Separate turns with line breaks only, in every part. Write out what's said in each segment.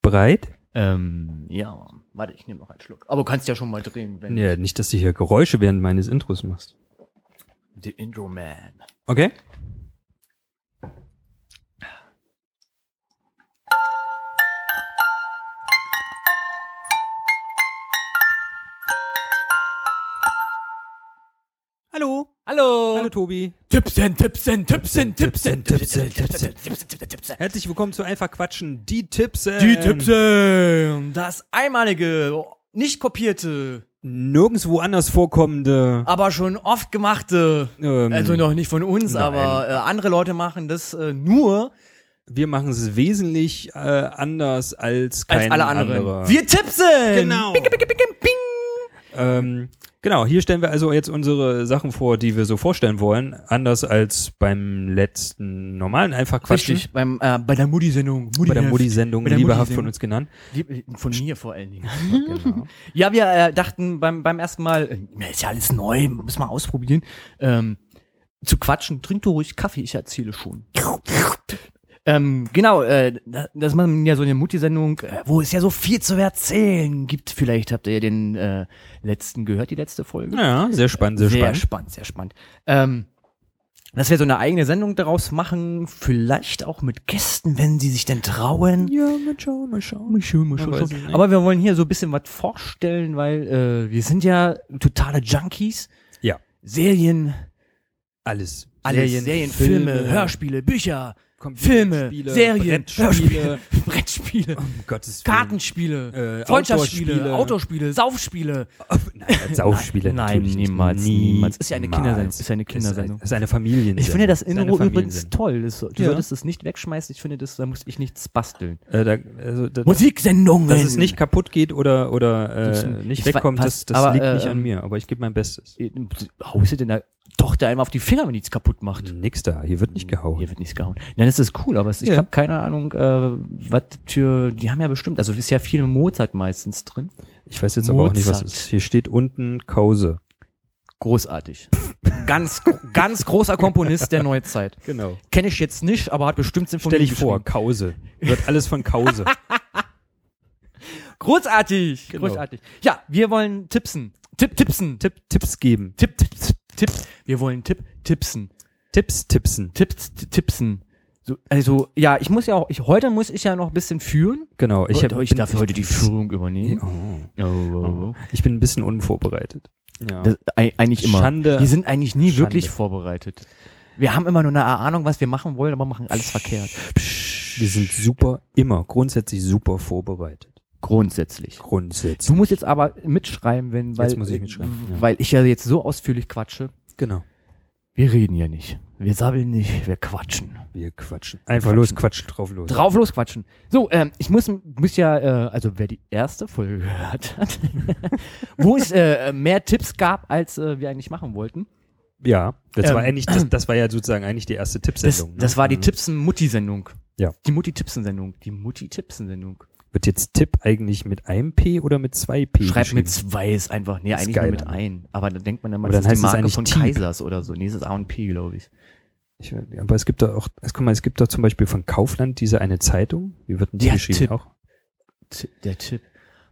bereit?
Ähm, ja, Mann. warte, ich nehme noch einen Schluck. Aber du kannst ja schon mal drehen, wenn
Ja, nicht, dass du hier Geräusche während meines Intros machst.
The Intro Man.
Okay? Hallo.
Hallo.
Hallo Tobi.
Tippsen, Tippsen, Tippsen,
Tippsen, Tippsen, Tippsen.
Tippsen, Tippsen, Tippsen.
Herzlich willkommen zu Einfach Quatschen, die Tipps. äh,
Die Tippsen. Das einmalige, nicht kopierte,
Nirgendwo anders vorkommende.
aber schon oft gemachte,
Ähm,
also noch nicht von uns,
nein.
aber äh, andere Leute machen das äh, nur
Wir machen es wesentlich äh, anders als kein
als alle anderen.
anderer.
Wir Tippsen.
Genau.
Bing, bing, bing, bing, bing.
Ähm, genau, hier stellen wir also jetzt unsere Sachen vor, die wir so vorstellen wollen. Anders als beim letzten normalen einfach Quatschen.
Richtig, beim, äh, bei der Mutti-Sendung.
Bei der Mutti-Sendung,
Bei der
liebehaft von
Mutti-Sendung.
uns genannt.
Lieb- Von mir vor allen Dingen.
Genau.
Ja, wir äh, dachten beim, beim ersten Mal, äh, na, ist ja alles neu, muss mal ausprobieren, ähm, zu quatschen, trink du ruhig Kaffee, ich erzähle schon. Ähm, genau, äh, da- das machen ja so eine Mutti-Sendung, äh, wo es ja so viel zu erzählen gibt. Vielleicht habt ihr ja den äh, letzten gehört, die letzte Folge.
Ja, sehr spannend, sehr,
sehr
spannend.
spannend, sehr spannend. Ähm, dass wir so eine eigene Sendung daraus machen, vielleicht auch mit Gästen, wenn sie sich denn trauen.
Ja, mal schauen, mal schauen.
Schön,
Man
schön,
weiß
schön.
es nicht.
Aber wir wollen hier so ein bisschen was vorstellen, weil äh, wir sind ja totale Junkies.
Ja.
Serien,
Alles.
alles Serien, Filme, Hörspiele, Bücher, Filme,
Computerspiele,
Serien,
Brettspiele.
Hörspiele, Brettspiele,
Um Gottes Willen.
Kartenspiele,
Äh,
Freundschaftsspiele,
Outdoorspiele.
Autospiele, Saufspiele.
Oh, Nein, als Saufspiele.
Nein,
natürlich
niemals,
nicht.
niemals. Ist ja eine
Niemals.
Kindersendung, ist ja eine Kindersendung.
Ist, ist eine Familiensendung.
Ich finde das
Ist eine
Intro übrigens
Familiensendung.
toll. Das, so- du
Ja.
solltest es nicht wegschmeißen. Ich finde, das, da muss ich nichts basteln.
Äh, da, also, da,
Musiksendungen.
dass es nicht kaputt geht oder, oder
Das-
äh, nicht
ich wa-
wegkommt,
was-
das, das
aber,
liegt
äh,
nicht an
ähm,
mir, aber ich gebe mein Bestes.
Äh, Haust du denn da Tochter einmal auf die Finger, wenn nichts kaputt macht?
Nix da, Hm, hier wird nicht gehauen.
Hier wird nichts gehauen. Nein, das ist cool, aber es, ich
Ja.
habe keine Ahnung, äh, was für. Die haben ja bestimmt, also ist ja viel Mozart meistens drin.
Ich weiß jetzt aber auch nicht, was
Mozart.
es ist. Hier steht unten Kause.
Großartig. ganz, gro- ganz großer Komponist der Neuzeit.
Genau.
Kenne ich jetzt nicht, aber hat bestimmt Symphonien
Stell dich vor, Kause. Wird alles von Kause.
geschrieben. Großartig,
Genau.
großartig. Ja, wir wollen tippsen. Tipp, tippsen. Tipp,
Tipp, Tipps geben.
tipp, tipp, tipp. Wir wollen tipp, tippsen.
Tipps tipsen.
Tipps, tippsen. So, also, ja, ich muss ja auch, ich, heute muss ich ja noch ein bisschen führen.
Genau. Ich, hab,
ich
bin-
darf heute die Führung übernehmen.
Oh,
Oh, oh, oh.
ich bin ein bisschen unvorbereitet. Ja.
Das, ei- eigentlich immer.
Schande.
Wir sind eigentlich nie
Schande.
wirklich vorbereitet. Wir haben immer nur eine Ahnung, was wir machen wollen, aber machen alles verkehrt.
Wir sind super, immer, grundsätzlich super vorbereitet.
Grundsätzlich. Du
Grundsätzlich.
musst jetzt aber mitschreiben, wenn, weil,
Jetzt muss ich mitschreiben, ja.
weil ich ja jetzt so ausführlich quatsche.
Genau.
Wir reden ja nicht. Wir sabbeln nicht, wir quatschen.
Wir quatschen. Einfach los, quatschen drauf los.
Drauf los quatschen. So, ähm, ich muss, muss ja, äh, also wer die erste Folge gehört hat, wo es äh, mehr Tipps gab, als äh, wir eigentlich machen wollten.
Ja, das
Ähm,
war eigentlich, das, das war ja sozusagen eigentlich die erste
Das,
Tippsendung. ne?
das war die
Mhm.
Tippsen-Mutti-Sendung.
Ja.
Die Mutti-Tippsen-Sendung. Die Mutti-Tippsen-Sendung.
Wird jetzt Tipp eigentlich mit einem P oder mit zwei P?
Schreibt mit
geschrieben?
zwei ist einfach, nee,
Ist
eigentlich
geiler.
nur mit ein. Aber dann denkt man immer,
Aber
das
dann heißt
ist die
es
Marke
eigentlich
von
Teep.
Kaisers oder so. Nee, das ist A&P, glaube ich.
Ich, aber es gibt da auch, es, guck mal, es gibt da zum Beispiel von Kaufland diese eine Zeitung. Wie wird denn die
Ja,
geschrieben?
Tipp.
Auch?
T der Tipp.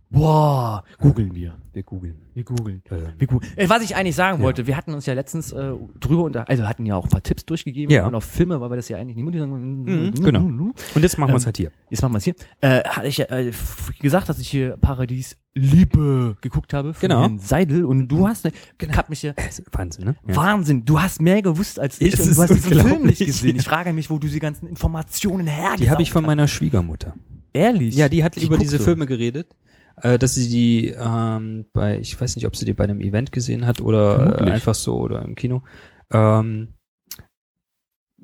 Boah, googeln wir.
Wir googeln.
Wir googeln.
Ähm,
Wir googeln. Äh, was ich eigentlich sagen
Ja.
wollte, wir hatten uns ja letztens äh, drüber unter, also hatten ja auch ein paar Tipps durchgegeben
Ja.
und auch Filme, weil wir das ja eigentlich nicht Mutti sagen.
Mhm, genau. und jetzt machen wir es
Ähm,
halt hier.
Jetzt machen wir es hier. Äh, hatte ich ja, äh, f- gesagt, dass ich hier Paradies Liebe geguckt habe von
Genau.
Herrn Seidel und du hast, ne, hab mich hier,
Das ist Wahnsinn, ne? Ja.
Wahnsinn, du hast mehr gewusst als ich
Es
und
ist
du hast diesen Film
unglaublich.
nicht gesehen. Ich frage mich, wo du die ganzen Informationen hergesaugt
Die habe ich von
hast.
meiner Schwiegermutter.
Ehrlich?
Ja, die hat über
guckt
diese
so.
Filme geredet, äh, dass sie die ähm, bei, ich weiß nicht, ob sie die bei einem Event gesehen hat oder äh,
Vermutlich.
einfach so oder im Kino. Ähm,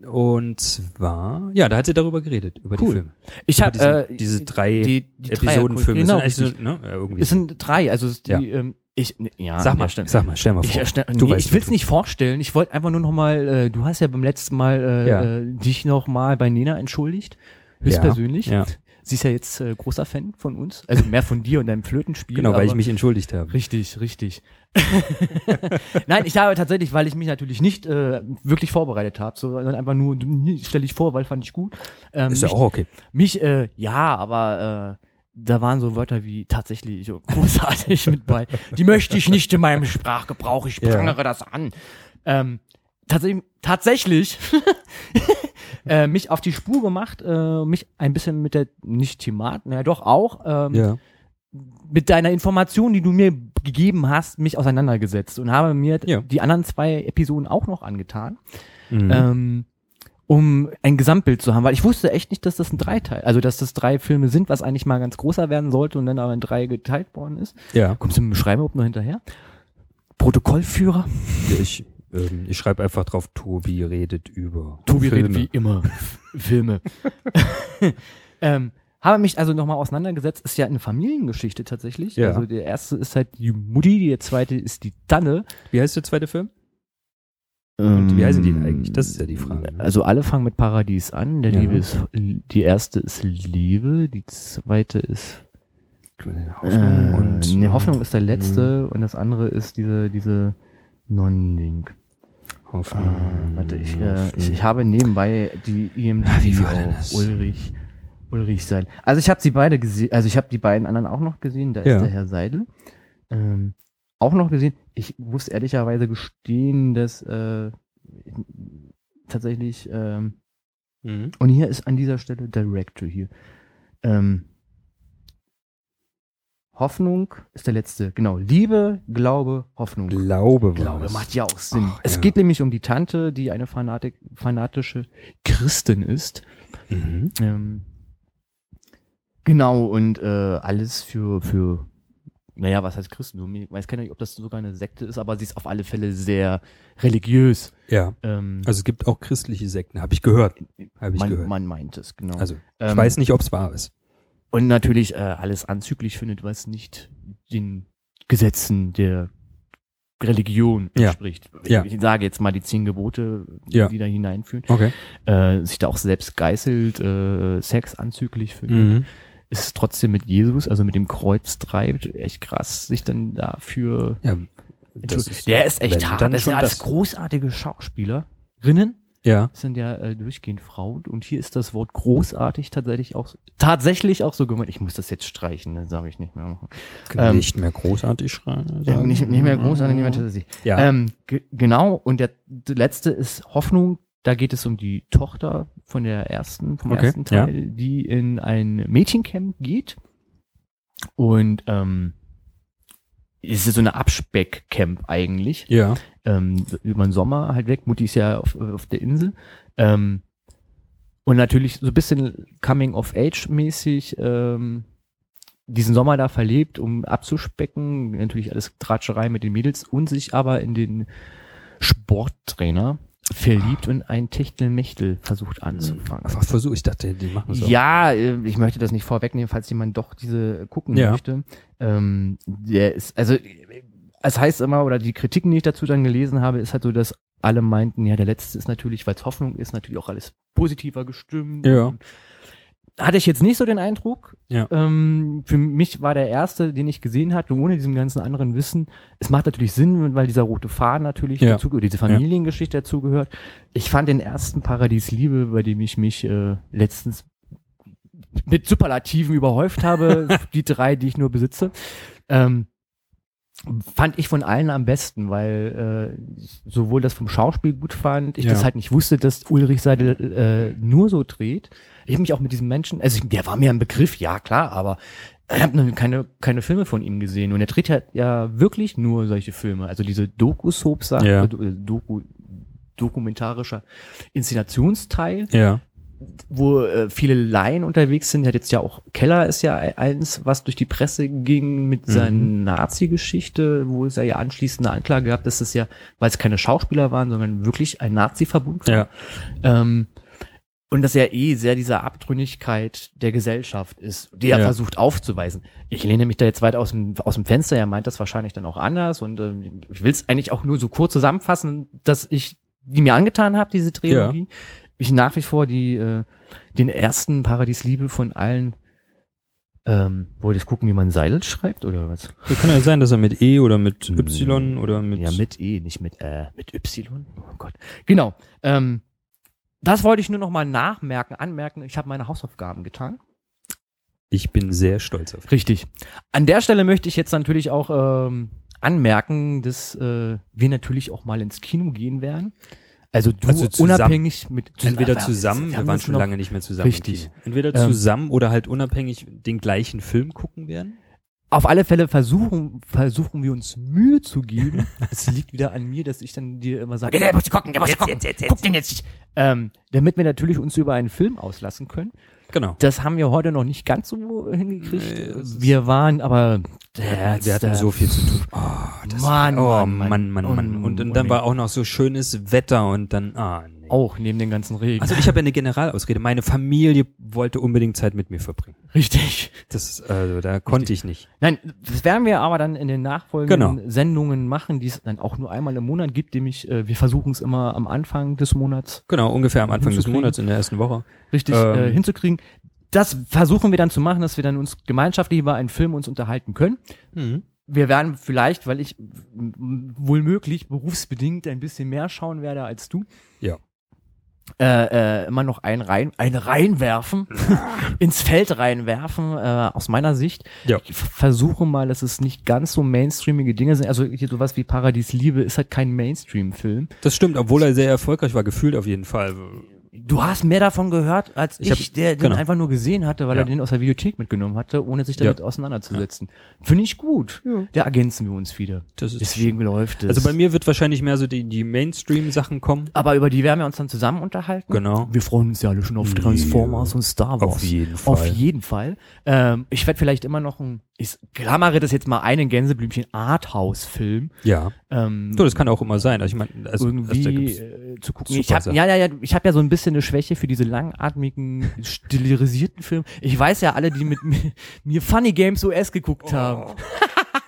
und zwar, ja, da hat sie darüber geredet, über die
Cool.
Filme.
Ich
Über
habe
diese,
äh,
diese drei
die, die
Episodenfilme.
Genau,
Das sind
richtig.
eigentlich so, ne, irgendwie.
es sind drei, also es ist die,
Ja.
ähm, ich, ne, ja,
sag, mal,
ja, stimmt.
sag mal, stell mal
Ich,
vor.
erste-
Du
nee,
weißt,
ich will's
du-
nicht vorstellen. Ich wollte einfach nur nochmal, äh, du hast ja beim letzten Mal äh,
Ja.
äh, dich nochmal bei Nena entschuldigt. Höchstpersönlich.
Ja, ja.
Sie ist ja jetzt äh, großer Fan von uns. Also mehr von dir und deinem Flötenspiel.
Genau, weil ich
aber-
mich entschuldigt habe.
Richtig, richtig. Nein, ich habe tatsächlich, weil ich mich natürlich nicht äh, wirklich vorbereitet habe, so, sondern einfach nur, stelle ich vor, weil fand ich gut. Ähm,
Ist ja
mich,
auch okay.
mich äh, ja, aber äh, da waren so Wörter wie tatsächlich so großartig mit bei. Die möchte ich nicht in meinem Sprachgebrauch, ich
Ja.
prangere das an. Ähm, tatsächlich tatsächlich äh, mich auf die Spur gemacht, äh, mich ein bisschen mit der, nicht Themat, naja doch auch, ähm,
Ja.
mit deiner Information, die du mir gegeben hast, mich auseinandergesetzt und habe mir
Ja.
die anderen zwei Episoden auch noch angetan,
Mhm.
ähm, um ein Gesamtbild zu haben, weil ich wusste echt nicht, dass das ein Dreiteil, also dass das drei Filme sind, was eigentlich mal ganz großer werden sollte und dann aber in drei geteilt worden ist.
ja.
Kommst du mit dem Schreiben noch hinterher? Protokollführer?
Ich, ähm, ich schreibe einfach drauf, Tobi redet über. Filme.
immer Filme. ähm, habe mich also nochmal auseinandergesetzt. Ist ja eine Familiengeschichte tatsächlich.
Ja.
Also der erste ist halt die Mutti, die zweite ist die Tanne.
Wie heißt der zweite Film? Und wie heißen die denn eigentlich? Das ist ja die Frage, ne?
Ähm, Also alle fangen mit Paradies an. Der
Ja.
Liebe ist, die erste ist Liebe, die zweite ist
Hoffnung hm.
äh,
und.
nee, Hoffnung ist der letzte und das andere ist diese diese Non-Link. Ah,
Hoffnung.
warte, ich, äh, ich, ich habe nebenbei die IMDb
wie war denn
auf
das?
Ulrich Ulrich Seidel. Also ich habe sie beide gesehen, also ich habe die beiden anderen auch noch gesehen. Da
Ja.
ist der Herr Seidel ähm, auch noch gesehen. Ich muss ehrlicherweise gestehen, dass äh, tatsächlich ähm,
Mhm.
und hier ist an dieser Stelle Director hier. Ähm, Hoffnung ist der letzte. Genau. Liebe, Glaube, Hoffnung.
Glaube,
Glaube
war's.
macht ja auch Sinn.
Ach,
es
ja.
geht nämlich um die Tante, die eine Fanatik, fanatische Christin ist.
Mhm.
Ähm, genau, und äh, alles für, für, naja, was heißt Christentum? Ich weiß gar nicht, ob das sogar eine Sekte ist, aber sie ist auf alle Fälle sehr religiös.
Ja.
Ähm,
Also es gibt auch christliche Sekten, habe ich gehört. Habe ich
man,
gehört.
man meint es, genau.
Also ich
Ähm,
weiß nicht, ob es wahr ist.
Und natürlich äh, alles anzüglich findet, was nicht den Gesetzen der Religion
Ja.
entspricht.
Ja.
Ich sage jetzt mal die zehn Gebote, die
Ja.
da hineinführen.
Okay.
Äh, sich da auch selbst geißelt, äh, Sex anzüglich findet.
Mhm.
Ist trotzdem mit Jesus, also mit dem Kreuz treibt, echt krass, sich dann dafür.
Ja.
der ist echt
wenn,
hart.
Dann
das
schon
sind alles
das.
großartige Schauspielerinnen.
Ja.
Das sind ja äh, durchgehend Frauen und hier ist das Wort großartig tatsächlich auch tatsächlich auch so gemeint. Ich muss das jetzt streichen, das darf ich nicht mehr machen. Ähm,
nicht mehr großartig schreien.
Ja,
sagen. Mhm.
nicht, nicht mehr großartig, nicht mehr tatsächlich.
Ja.
Ähm, ge- genau, und der, der letzte ist Hoffnung. Da geht es um die Tochter von der ersten, vom
Okay,
ersten Teil, die in ein Mädchencamp geht. Und ähm, es ist so eine Abspeckcamp eigentlich
ja.
ähm, über den Sommer halt weg. Mutti ist ja auf, auf der Insel. Ähm, und natürlich so ein bisschen Coming of Age mäßig ähm, diesen Sommer da verlebt, um abzuspecken. Natürlich alles Tratscherei mit den Mädels und sich aber in den Sporttrainer verliebt und ein Techtelmechtel versucht anzufangen.
Einfach versuch, ich dachte, die machen es auch.
Ja, äh, ich möchte das nicht vorwegnehmen, falls jemand doch diese gucken
Ja.
möchte. Ähm, der ist, also äh, es heißt immer, oder die Kritiken, die ich dazu dann gelesen habe, ist halt so, dass alle meinten, ja, der letzte ist natürlich, weil es Hoffnung ist, natürlich auch alles positiver gestimmt.
Ja.
Hatte ich jetzt nicht so den Eindruck.
Ja.
Ähm, für mich war der erste, den ich gesehen hatte, ohne diesem ganzen anderen Wissen. Es macht natürlich Sinn, weil dieser rote Faden natürlich
Ja.
dazu, diese Familiengeschichte dazugehört. Ich fand den ersten Paradies Liebe, bei dem ich mich äh, letztens mit Superlativen überhäuft habe, die drei, die ich nur besitze, ähm, fand ich von allen am besten, weil äh, ich sowohl das vom Schauspiel gut fand, ich
Ja.
das halt nicht wusste, dass Ulrich Seidel äh, nur so dreht. Ich habe mich auch mit diesem Menschen, also ich, der war mir ein Begriff, ja klar, aber ich habe noch keine, keine Filme von ihm gesehen und er dreht ja, ja wirklich nur solche Filme, also diese Doku-Soap-Sachen,
Ja.
äh, Doku, dokumentarischer Inszenationsteil
Ja.
wo äh, viele Laien unterwegs sind. Er hat jetzt ja auch Keller ist ja e-, eins, was durch die Presse ging mit seiner Nazi-Geschichte, wo es ja, ja anschließend eine Anklage gab, dass es ja, weil es keine Schauspieler waren, sondern wirklich ein Nazi-Verbund war.
Ja.
Ähm, und dass ja eh sehr dieser Abtrünnigkeit der Gesellschaft ist, die er
Ja.
versucht aufzuweisen. Ich lehne mich da jetzt weit aus dem, aus dem Fenster, er meint das wahrscheinlich dann auch anders und ähm, ich will es eigentlich auch nur so kurz zusammenfassen, dass ich die mir angetan habe, diese Trilogie. Ich nach wie vor die, äh, den ersten Paradiesliebe von allen. Ähm, wollt ihr jetzt gucken, wie man Seidel schreibt oder was?
Ja, Kann ja sein, dass er mit E oder mit Y oder mit.
Ja, mit E, nicht mit äh, mit Y. Oh Gott. Genau. Ähm, das wollte ich nur noch mal nachmerken, anmerken. Ich habe meine Hausaufgaben getan.
Ich bin sehr stolz auf dich.
Richtig. An der Stelle möchte ich jetzt natürlich auch ähm, anmerken, dass äh, wir natürlich auch mal ins Kino gehen werden. Also du
Also zusammen.
unabhängig mit
Entweder
Ja,
zusammen, wir
haben
waren
uns
schon
noch-
lange nicht mehr zusammen. im
Richtig.
Kino. Entweder
Ähm.
zusammen oder halt unabhängig den gleichen Film gucken werden.
Auf alle Fälle versuchen, versuchen wir uns Mühe zu geben. Es liegt wieder an mir, dass ich dann dir immer sage, der muss gucken, der muss gucken, guck den jetzt nicht. Ähm, damit wir natürlich uns über einen Film auslassen können.
Genau.
Das haben wir heute noch nicht ganz so hingekriegt.
Nee, das ist-
wir waren aber.
wir hatten so viel zu tun. Oh, oh
Mann, Mann, Oh,
Mann, Mann, Mann. Und, und dann war auch noch so schönes Wetter und dann, ah, nee.
auch neben den ganzen Regen.
Also ich habe ja eine Generalausrede. Meine Familie wollte unbedingt Zeit mit mir verbringen.
richtig.
Das ist, also da konnte ich nicht.
Nein, das werden wir aber dann in den nachfolgenden
Genau.
Sendungen machen, die es dann auch nur einmal im Monat gibt, nämlich äh, wir versuchen es immer am Anfang des Monats
Genau, ungefähr am Anfang des
Hinzukriegen.
Monats in der ersten Woche.
richtig äh,
Ähm.
hinzukriegen. Das versuchen wir dann zu machen, dass wir dann uns gemeinschaftlich über einen Film uns unterhalten können.
Mhm.
Wir werden vielleicht, weil ich m- wohl möglich berufsbedingt ein bisschen mehr schauen werde als du,
Ja.
äh, äh, immer noch einen rein, einen reinwerfen, ins Feld reinwerfen, äh, aus meiner Sicht.
Ja.
Ich f- versuche mal, dass es nicht ganz so mainstreamige Dinge sind. Also hier sowas wie Paradies Liebe ist halt kein Mainstream-Film.
Das stimmt, obwohl er sehr erfolgreich war, gefühlt auf jeden Fall.
Du hast mehr davon gehört, als ich,
Ich hab-
der den
genau.
einfach nur gesehen hatte, weil
Ja.
er den aus der Videothek mitgenommen hatte, ohne sich
Ja.
damit auseinanderzusetzen. Finde ich gut. Da ergänzen wir uns wieder.
Das ist
Deswegen läuft es.
Also bei mir wird wahrscheinlich mehr so die, die Mainstream-Sachen kommen.
aber über die werden wir uns dann zusammen unterhalten.
Genau.
Wir freuen uns ja alle schon auf
Ja.
Transformers und Star Wars.
Auf jeden
Auf
Fall.
jeden Fall. Ähm, ich werde vielleicht immer noch ein, ich klammere das jetzt mal einen Gänseblümchen Arthouse-Film.
Ja.
Ähm,
So, das kann auch immer sein. Also ich meine, also, also da
irgendwie
gibt's-
äh, zu gucken. Ich
super
hab,
Sachen.
ja, ja, ja, ich habe ja so ein bisschen eine Schwäche für diese langatmigen, stilisierten Filme. Ich weiß ja, alle, die mit mir, mir Funny Games US geguckt haben,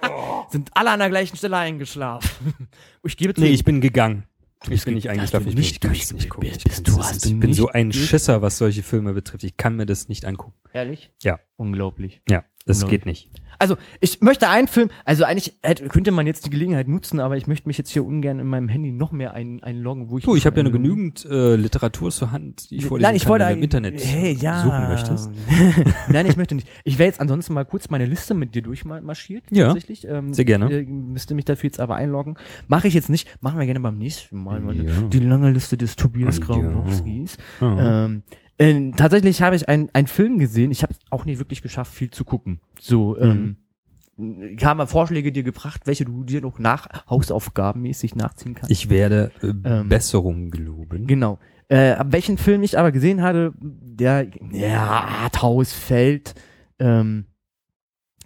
Oh.
sind alle an der gleichen Stelle eingeschlafen. Ich gebe zu,
nee, ich bin gegangen. Ich bin nicht
Hast
eingeschlafen.
du
Ich
nicht
bin- kann's nicht gucken.
durchgebildet?
Ich kann's-
Bist du-
das
hast
ist-
du
ich bin so
nicht
ein
durch-
Schisser, was solche Filme betrifft. Ich kann mir das nicht angucken.
ehrlich,
Ja,
unglaublich.
ja, das
Genau.
geht nicht.
Also, ich möchte einen Film, also eigentlich hätte, könnte man jetzt die Gelegenheit nutzen, aber ich möchte mich jetzt hier ungern in meinem Handy noch mehr ein, einloggen, wo ich.
Du, ich habe ja nur
einloggen-
genügend äh, Literatur zur Hand, die ich vorlesen
Nein, ich
kann,
wollte
wenn du
ein-
im Internet
hey, ja.
suchen möchtest.
Nein, ich möchte nicht. Ich wäre jetzt ansonsten mal kurz meine Liste mit dir durchmarschiert.
Ja,
Tatsächlich. Ähm,
sehr gerne.
äh, Müsste mich dafür jetzt aber einloggen. Mache ich jetzt nicht. Machen wir gerne beim nächsten Mal. weil
Ja.
Die lange Liste des Tobias
Ja.
Graubrowskis.
Ja.
Ähm, äh, tatsächlich habe ich einen Film gesehen. Ich habe es auch nicht wirklich geschafft, viel zu gucken. So,
Mhm.
ähm, ich habe mal Vorschläge dir gebracht, welche du dir noch nach Hausaufgabenmäßig nachziehen kannst.
Ich werde äh,
Ähm.
Besserung geloben.
Genau. Äh, ab welchen Film ich aber gesehen hatte, der, der Arthouse Feld, ähm,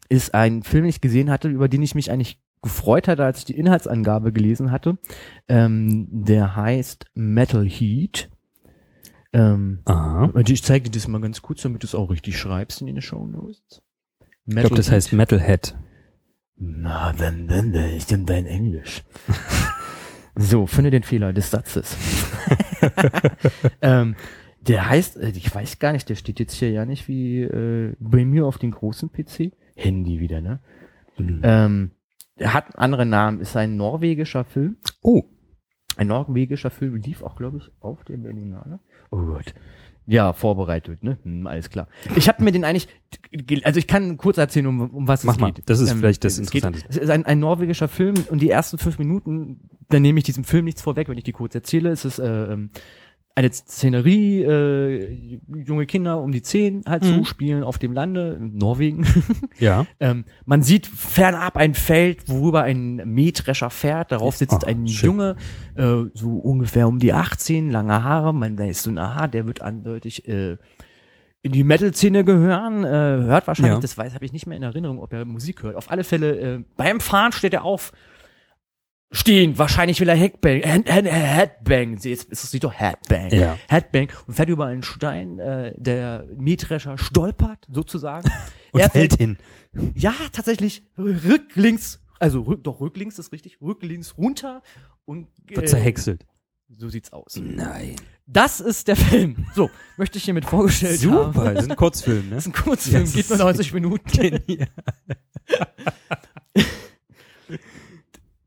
ist ein Film, den ich gesehen hatte, über den ich mich eigentlich gefreut hatte, als ich die Inhaltsangabe gelesen hatte. Ähm, der heißt Metal Heat. Ähm,
Aha.
und ich zeige dir das mal ganz kurz, damit du es auch richtig schreibst in den Show Notes.
Ich glaube, das heißt Metalhead.
Na, dann, dann, dann ist denn dein Englisch. so, finde den Fehler des Satzes. ähm, der heißt, äh, ich weiß gar nicht, der steht jetzt hier ja nicht wie äh, bei mir auf dem großen PC. Handy wieder, ne?
Mhm. Äh.
Ähm, der hat einen anderen Namen, ist ein norwegischer Film.
Oh,
Ein norwegischer Film lief auch, glaube ich, auf der Berlinale. Oh Gott. Ja, vorbereitet, ne? Hm, alles klar. Ich habe mir den eigentlich, ge- also ich kann kurz erzählen, um, um was
Mach
es
mal.
geht.
Das ist vielleicht das
es geht-
Interessante.
Es ist ein, ein norwegischer Film und die ersten fünf Minuten, da nehme ich diesem Film nichts vorweg, wenn ich die kurz erzähle. Es ist äh, ähm, eine Szenerie, äh, junge Kinder um die zehn halt
Mhm.
so spielen auf dem Lande, in Norwegen.
ja.
Ähm, man sieht fernab ein Feld, worüber ein Mähdrescher fährt. Darauf sitzt
Ah,
ein
schön.
Junge, äh, so ungefähr um die 18, lange Haare. Man weiß so, aha, der wird eindeutig äh, in die Metal-Szene gehören. Äh, hört wahrscheinlich,
Ja.
das weiß, habe ich nicht mehr in Erinnerung, ob er Musik hört. Auf alle Fälle, äh, beim Fahren steht er auf. Stehen, wahrscheinlich will er Headbang, äh, Hand- Hand- Headbang, jetzt ist es sieht doch Headbang,
Ja.
Headbang und fährt über einen Stein, äh, der Mähdrescher stolpert sozusagen.
Und
Er
fällt hin.
ja, tatsächlich rücklinks, also rück, doch rücklinks ist richtig, rücklinks runter und äh,
Wird zerhäckselt.
so sieht's aus.
Nein.
Das ist der Film. So, möchte ich hiermit vorgestellt haben.
Super, das ist ein Kurzfilm, ne?
Das ist ein Kurzfilm,
Ja, das
geht nur
ist-
90 Minuten.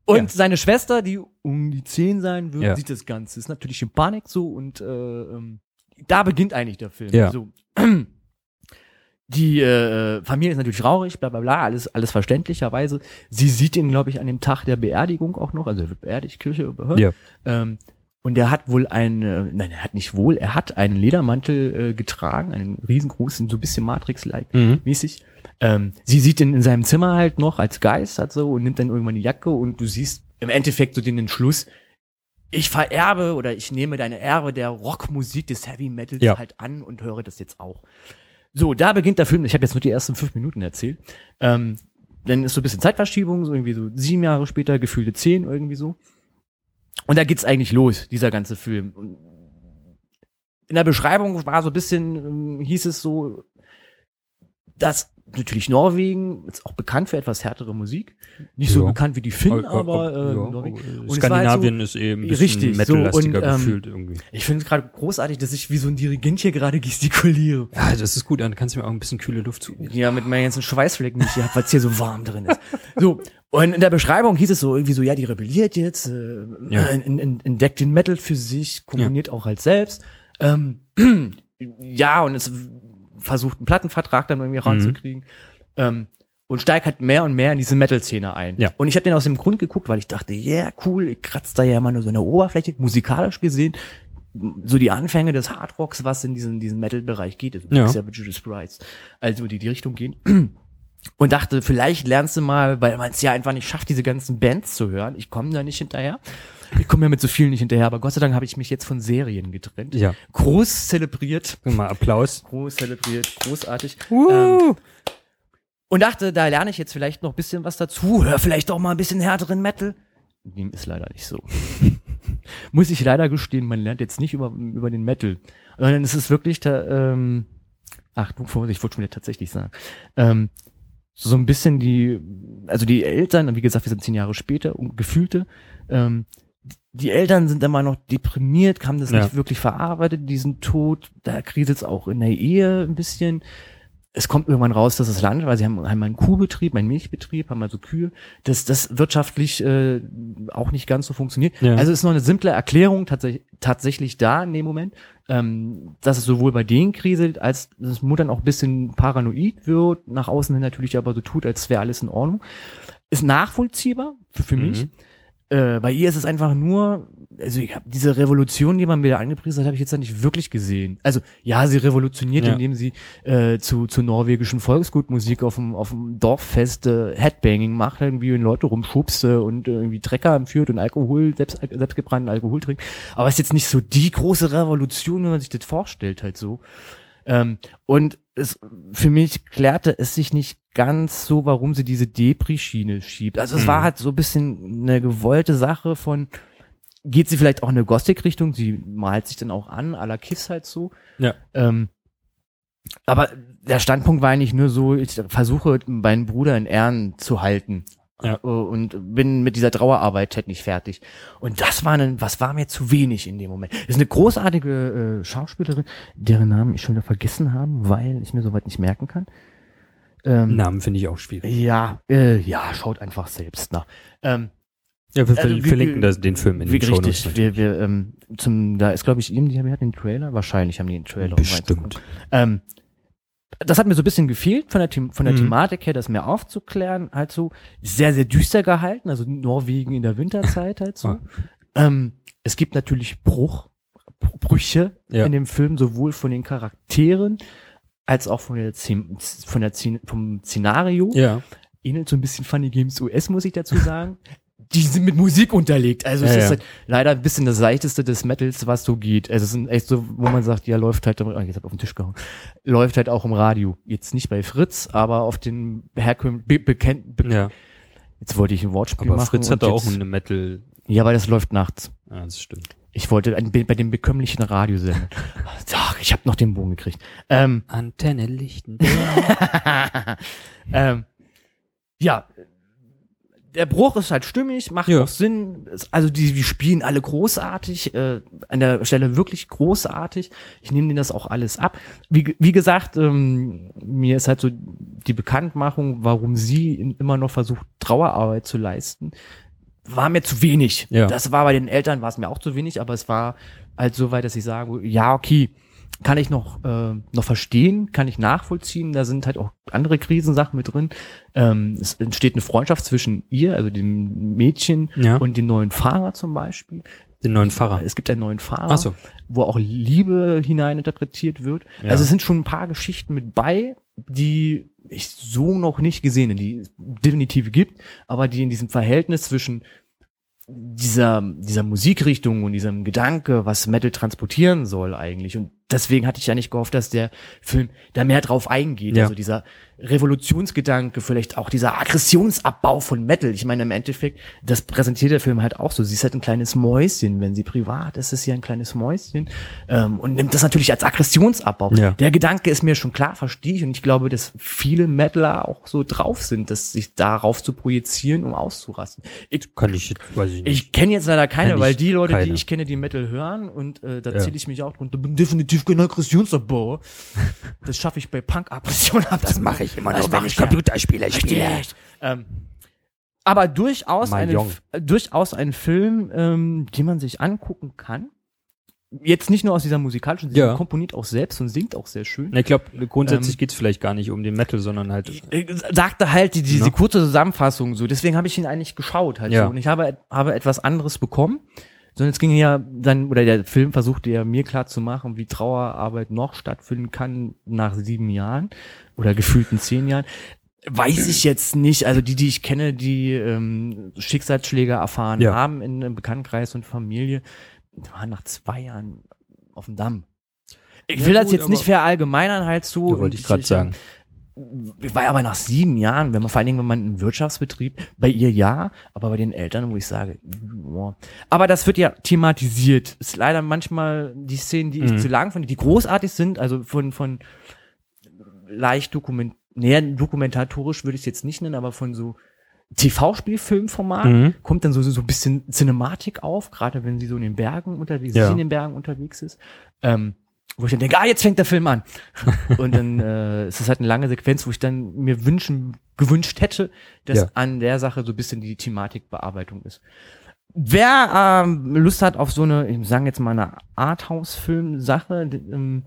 Und
Ja.
seine Schwester, die um die 10 sein wird,
Ja.
sieht das Ganze. Ist natürlich in Panik so und äh, ähm, da beginnt eigentlich der Film.
Ja.
So. Also, die äh, Familie ist natürlich traurig, bla bla bla, alles, alles verständlicherweise. Sie sieht ihn, glaube ich, an dem Tag der Beerdigung auch noch, also er wird beerdigt, Kirche, äh,
Ja.
ähm, und er hat wohl ein, äh, nein, er hat nicht wohl, er hat einen Ledermantel äh, getragen, einen riesengroßen, so ein bisschen Matrix-like
Mhm.
mäßig. Ähm, sie sieht ihn in seinem Zimmer halt noch als Geist halt so und nimmt dann irgendwann die Jacke und du siehst im Endeffekt so den Entschluss, ich vererbe oder ich nehme deine Erbe der Rockmusik des Heavy Metals
Ja.
halt an und höre das jetzt auch. So, da beginnt der Film. Ich habe jetzt nur die ersten fünf Minuten erzählt. Ähm, dann ist so ein bisschen Zeitverschiebung, so irgendwie so sieben Jahre später, gefühlte zehn irgendwie so. Und da geht's eigentlich los, dieser ganze Film. Und In der Beschreibung war so ein bisschen, ähm, hieß es so, dass natürlich Norwegen ist auch bekannt für etwas härtere Musik. Nicht so
Ja.
bekannt wie die Finnen,
Äh,
aber
äh,
äh,
ja.
Norwegen. Und es war halt so-
Skandinavien ist eben ein bisschen
Richtig, so,
metallastiger
und, ähm,
gefühlt irgendwie.
Ich finde es gerade großartig, dass ich wie so ein Dirigent hier gerade gestikuliere.
Ja, das ist gut, dann kannst du mir auch ein bisschen kühle Luft zu.
Ja, mit meinen ganzen Schweißflecken, die ich hier habe, weil es hier so warm drin ist. So, und in der Beschreibung hieß es so irgendwie so, ja, die rebelliert jetzt, äh,
Ja.
en- en- entdeckt den Metal für sich, komponiert auch halt selbst. Ähm, ja, und es versucht, einen Plattenvertrag dann
Mhm.
irgendwie ranzukriegen. Ähm, und steigt halt mehr und mehr in diese Metal-Szene ein.
Ja.
Und ich habe den aus dem Grund geguckt, weil ich dachte, ja, yeah, cool, ich kratzt da ja mal nur so eine Oberfläche, musikalisch gesehen. So die Anfänge des Hardrocks, was in diesen, diesen Metal-Bereich geht, also
Ja.
Savage Jesus Christ, also die die Richtung gehen. Und dachte, vielleicht lernst du mal, weil man es ja einfach nicht schafft, diese ganzen Bands zu hören. Ich komme da nicht hinterher. Ich komme ja mit so vielen nicht hinterher, aber Gott sei Dank habe ich mich jetzt von Serien getrennt.
Ja.
Groß zelebriert.
Mal Applaus.
Groß zelebriert, großartig. Ähm,
Uh.
Und dachte, da lerne ich jetzt vielleicht noch ein bisschen was dazu. Hör vielleicht auch mal ein bisschen härteren Metal. Dem ist leider nicht so. Muss ich leider gestehen, man lernt jetzt nicht über, über den Metal. Sondern es ist wirklich da, ähm, Achtung, Vorsicht, ich wollte schon wieder tatsächlich sagen. Ähm, so ein bisschen die, also die Eltern, wie gesagt, wir sind zehn Jahre später, und gefühlte, ähm, die Eltern sind immer noch deprimiert, haben das
Ja.
nicht wirklich verarbeitet, diesen Tod. Da kriselt es auch in der Ehe ein bisschen. Es kommt irgendwann raus, dass das Land, weil sie haben, haben einen Kuhbetrieb, einen Milchbetrieb, haben also Kühe, dass das wirtschaftlich äh, auch nicht ganz so funktioniert.
Ja.
Also ist noch eine simple Erklärung tatsächlich, tatsächlich da in dem Moment, ähm, dass es sowohl bei denen kriselt, als dass Muttern auch ein bisschen paranoid wird, nach außen hin natürlich aber so tut, als wäre alles in Ordnung. Ist nachvollziehbar für, für mich
Mhm.
äh, bei ihr ist es einfach nur, also ich habe diese Revolution, die man mir da angepriesen hat, habe ich jetzt da nicht wirklich gesehen. Also ja, sie revolutioniert,
Ja.
indem sie äh, zu, zu norwegischen Volksgutmusik auf dem, auf dem Dorffest äh, Headbanging macht, irgendwie und Leute rumschubst äh, und äh, irgendwie Trecker empführt und Alkohol, selbst, äh, selbstgebrannten Alkohol trinkt. Aber es ist jetzt nicht so die große Revolution, wenn man sich das vorstellt, halt so. Ähm, und es, für mich klärte es sich nicht ganz so, warum sie diese Depri-Schiene schiebt. Also es
Mhm.
war halt so ein bisschen eine gewollte Sache von, geht sie vielleicht auch in eine Gothic-Richtung, sie malt sich dann auch an, à la Kiss halt so.
Ja.
Ähm, aber der Standpunkt war eigentlich nur so, ich versuche meinen Bruder in Ehren zu halten.
Ja.
Äh, Und bin mit dieser Trauerarbeit halt nicht fertig. Und das war ein, was war mir zu wenig in dem Moment. Das ist eine großartige äh, Schauspielerin, deren Namen ich schon wieder vergessen habe, weil ich mir soweit nicht merken kann. Ähm,
Namen finde ich auch schwierig.
Ja, äh, ja, schaut einfach selbst nach. Ähm,
Ja, wir
Also,
ver-
wie-
verlinken
wie-
das, den Film in
wie
den Show Notes.
richtig, wir, wir, ähm, zum, da ist glaube ich ihm, die haben die hatten den Trailer, wahrscheinlich haben die den Trailer. um reinzukommen.
Bestimmt.
Ähm, das hat mir so ein bisschen gefehlt von der, The von der
Mhm.
Thematik her, das mehr aufzuklären, halt so sehr, sehr düster gehalten, also Norwegen in der Winterzeit halt so.
Ja.
ähm, es gibt natürlich Bruch, Brüche
Ja.
in dem Film, sowohl von den Charakteren als auch von der, Szen- von der Szen- vom Szenario
Ja.
ähnelt so ein bisschen Funny Games US, muss ich dazu sagen. Die sind mit Musik unterlegt. Also es
Ja,
ist
ja.
Halt leider ein bisschen das seichteste des Metals, was so geht. Also es sind echt so, wo man sagt, ja, läuft halt, oh, jetzt hab ich auf den Tisch gehauen, läuft halt auch im Radio. Jetzt nicht bei Fritz, aber auf den Herkömmlichen, be, bekennt, be,
ja.
jetzt wollte ich ein Wortspiel
Aber
machen.
Fritz
und
hatte auch
jetzt-
eine Metal.
Ja, weil das läuft nachts.
Ja, das stimmt.
Ich wollte ein, bei dem bekömmlichen Radiosender. Ach, ich habe noch den Bogen gekriegt. Ähm,
Antenne lichten.
ähm, ja, der Bruch ist halt stimmig, macht
Ja.
auch Sinn. Es- Also die, die spielen alle großartig, äh, an der Stelle wirklich großartig. Ich nehme denen das auch alles ab. Wie, ge- wie gesagt, ähm, mir ist halt so die Bekanntmachung, warum sie in- immer noch versucht, Trauerarbeit zu leisten, war mir zu wenig.
Ja.
Das war bei den Eltern, war es mir auch zu wenig, aber es war halt so weit, dass ich sage, ja, okay, kann ich noch, äh, noch verstehen, kann ich nachvollziehen. Da sind halt auch andere Krisensachen mit drin. Ähm, es entsteht eine Freundschaft zwischen ihr, also dem Mädchen
Ja.
und dem neuen Fahrer zum Beispiel.
Den neuen Pfarrer.
Es gibt einen neuen Fahrer,
Ach so.
wo auch Liebe hineininterpretiert wird.
Ja.
Also es sind schon ein paar Geschichten mit bei, die ich so noch nicht gesehen habe, die es definitiv gibt, aber die in diesem Verhältnis zwischen dieser, dieser Musikrichtung und diesem Gedanke, was Metal transportieren soll eigentlich. Und deswegen hatte ich ja nicht gehofft, dass der Film da mehr drauf eingeht.
Ja.
Also dieser Revolutionsgedanke, vielleicht auch dieser Aggressionsabbau von Metal. Ich meine, im Endeffekt, das präsentiert der Film halt auch so. Sie ist halt ein kleines Mäuschen. Wenn sie privat ist, ist sie ein kleines Mäuschen. Ähm, und nimmt das natürlich als Aggressionsabbau.
Ja.
Der Gedanke ist mir schon klar, verstehe ich. Und ich glaube, dass viele Metaler auch so drauf sind, dass sich darauf zu projizieren, um auszurasten. Ich,
Kann ich, jetzt- weiß ich nicht.
ich kenne jetzt leider keine,
Kenn ich
weil die Leute, die
keine.
ich kenne, die Metal hören und äh, da
Ja.
zähle ich mich auch drunter. Bin definitiv kein Aggressionsabbau. Das schaffe ich bei Punk-Aggression ab. Das mache ich immer noch, wenn ich Computerspiele spiele. Ähm, aber durchaus,
Mal
einen,
jong.
F- äh, durchaus ein Film, ähm, den man sich angucken kann. Jetzt nicht nur aus dieser musikalischen Sicht,
Ja.
man komponiert auch selbst und singt auch sehr schön.
Na, ich glaube, grundsätzlich
Ähm,
geht's vielleicht gar nicht um den Metal, sondern halt.
Äh, sagte halt die, diese
Ne?
kurze Zusammenfassung so. Deswegen habe ich ihn eigentlich geschaut halt
Ja.
so. Und ich habe, habe etwas anderes bekommen. Sondern es ging ja dann, oder der Film versuchte ja mir klar zu machen, wie Trauerarbeit noch stattfinden kann nach sieben Jahren oder gefühlten zehn Jahren. Weiß ich jetzt nicht. Also die, die ich kenne, die ähm, Schicksalsschläge erfahren
Ja.
haben in einem Bekanntenkreis und Familie, waren nach zwei Jahren auf dem Damm. Ich
Ja,
will das
gut,
jetzt nicht
aber-
verallgemeinern halt so.
Ja, wollte ich grad sagen.
Ich war aber nach sieben Jahren, wenn man vor allen Dingen, wenn man im Wirtschaftsbetrieb, bei ihr ja, aber bei den Eltern, wo ich sage, boah. aber das wird ja thematisiert. Ist leider manchmal die Szenen, die ich
Mhm.
zu lang finde, die großartig sind, also von, von leicht dokument, näher dokumentatorisch würde ich es jetzt nicht nennen, aber von so TV-Spielfilmformat
Mhm.
kommt dann so, so so ein bisschen Cinematik auf, gerade wenn sie so in den Bergen unterwegs,
Ja.
sie in den Bergen unterwegs ist. Ähm, wo ich dann denke, ah, jetzt fängt der Film an. Und dann äh, es ist halt eine lange Sequenz, wo ich dann mir wünschen, gewünscht hätte, dass
Ja.
an der Sache so ein bisschen die Thematikbearbeitung ist. Wer ähm, Lust hat auf so eine, ich sage jetzt mal eine Arthouse-Film-Sache, d- ähm,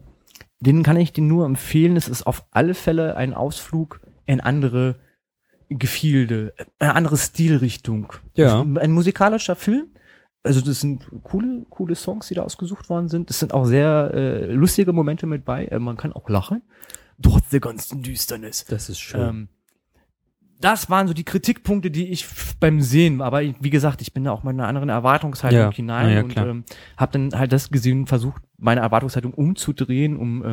den kann ich den nur empfehlen. Es ist auf alle Fälle ein Ausflug in andere Gefilde, äh, eine andere Stilrichtung. Also, äh,
Ja.
Ein musikalischer Film. Also das sind coole, coole Songs, die da ausgesucht worden sind. Es sind auch sehr äh, lustige Momente mit bei. Äh, man kann auch lachen. Trotz der ganzen Düsternis.
Das ist schön.
Ähm, das waren so die Kritikpunkte, die ich f- beim Sehen, aber ich, wie gesagt, ich bin da auch mit einer anderen Erwartungshaltung
Ja,
hinein
na ja,
und
klar.
ähm, habe dann halt das gesehen, versucht, meine Erwartungshaltung umzudrehen, um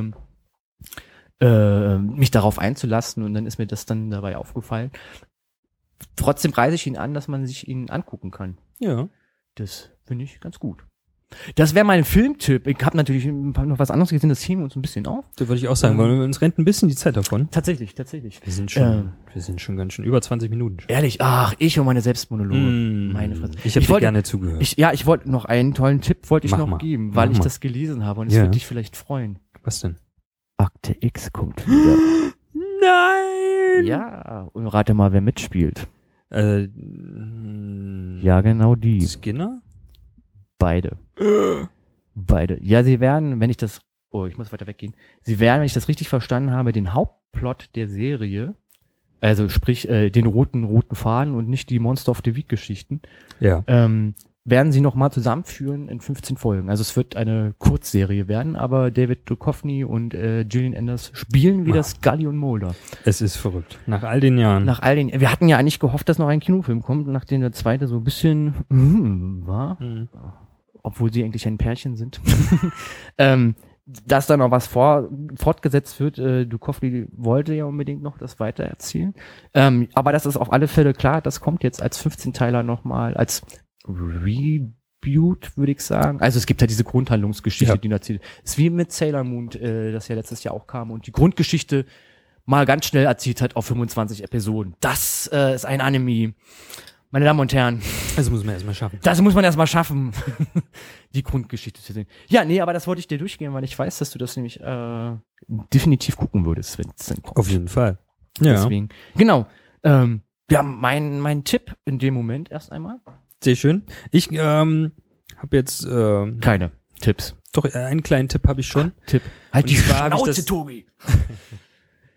ähm, äh, mich darauf einzulassen und dann ist mir das dann dabei aufgefallen. Trotzdem reise ich ihn an, dass man sich ihn angucken kann.
ja.
Das finde ich ganz gut. Das wäre mein Filmtipp. Ich habe natürlich noch was anderes gesehen, das heben wir uns ein bisschen auf.
Da würde ich auch sagen, weil uns rennt ein bisschen die Zeit davon.
Tatsächlich, tatsächlich.
Wir sind schon,
Ähm.
wir sind schon ganz schön über 20 Minuten. Schon.
Ehrlich, ach, ich und meine Selbstmonologe.
Mm.
Meine Fresse.
Ich habe dir
wollte-
gerne zugehört.
Ich, ja, ich wollte noch einen tollen Tipp wollte ich
Mach
noch
mal.
geben, weil
Mach
ich
mal.
das gelesen habe und es
Ja.
würde dich vielleicht freuen.
Was denn?
Akte X kommt wieder.
Nein!
ja, und rate mal, wer mitspielt.
Äh, mm,
Ja, genau die.
Skinner?
Beide. Beide. Ja, sie werden, wenn ich das. Oh, ich muss weiter weggehen. Sie werden, wenn ich das richtig verstanden habe, den Hauptplot der Serie, also sprich äh, den roten, roten Faden und nicht die Monster of the Week-Geschichten,
Ja.
ähm, werden sie nochmal zusammenführen in 15 Folgen. Also es wird eine Kurzserie werden, aber David Duchovny und äh, Gillian Anders spielen wieder
Ah.
Scully und Mulder.
Es ist verrückt. Nach all den Jahren.
Nach all den, wir hatten ja eigentlich gehofft, dass noch ein Kinofilm kommt, nachdem der zweite so ein bisschen hm, war,
Mhm.
obwohl sie eigentlich ein Pärchen sind. ähm, dass da noch was vor, fortgesetzt wird, äh, Duchovny wollte ja unbedingt noch das weitererzählen. Ähm, aber das ist auf alle Fälle klar, das kommt jetzt als 15-Teiler nochmal, als Reboot, würde ich sagen. Also es gibt ja diese Grundhandlungsgeschichte,
Ja.
die erzählt. Ist wie mit Sailor Moon, äh, das ja letztes Jahr auch kam und die Grundgeschichte mal ganz schnell erzählt hat auf 25 Episoden. Das äh, ist ein Anime. Meine Damen und Herren,
Also muss man erstmal schaffen.
das muss man erstmal schaffen, die Grundgeschichte zu sehen. Ja, nee, aber das wollte ich dir durchgehen, weil ich weiß, dass du das nämlich äh, definitiv gucken würdest, wenn es dann kommt.
Auf jeden Fall. Ja.
Deswegen. Genau. Ähm, ja, mein, mein Tipp in dem Moment erst einmal.
Sehr schön. Ich ähm, habe jetzt. ähm,
Keine. Tipps.
Doch, äh, einen kleinen Tipp habe ich schon.
Tipp. Halt
Und
die
zwar hab ich
Schnauze,
das-
Tobi.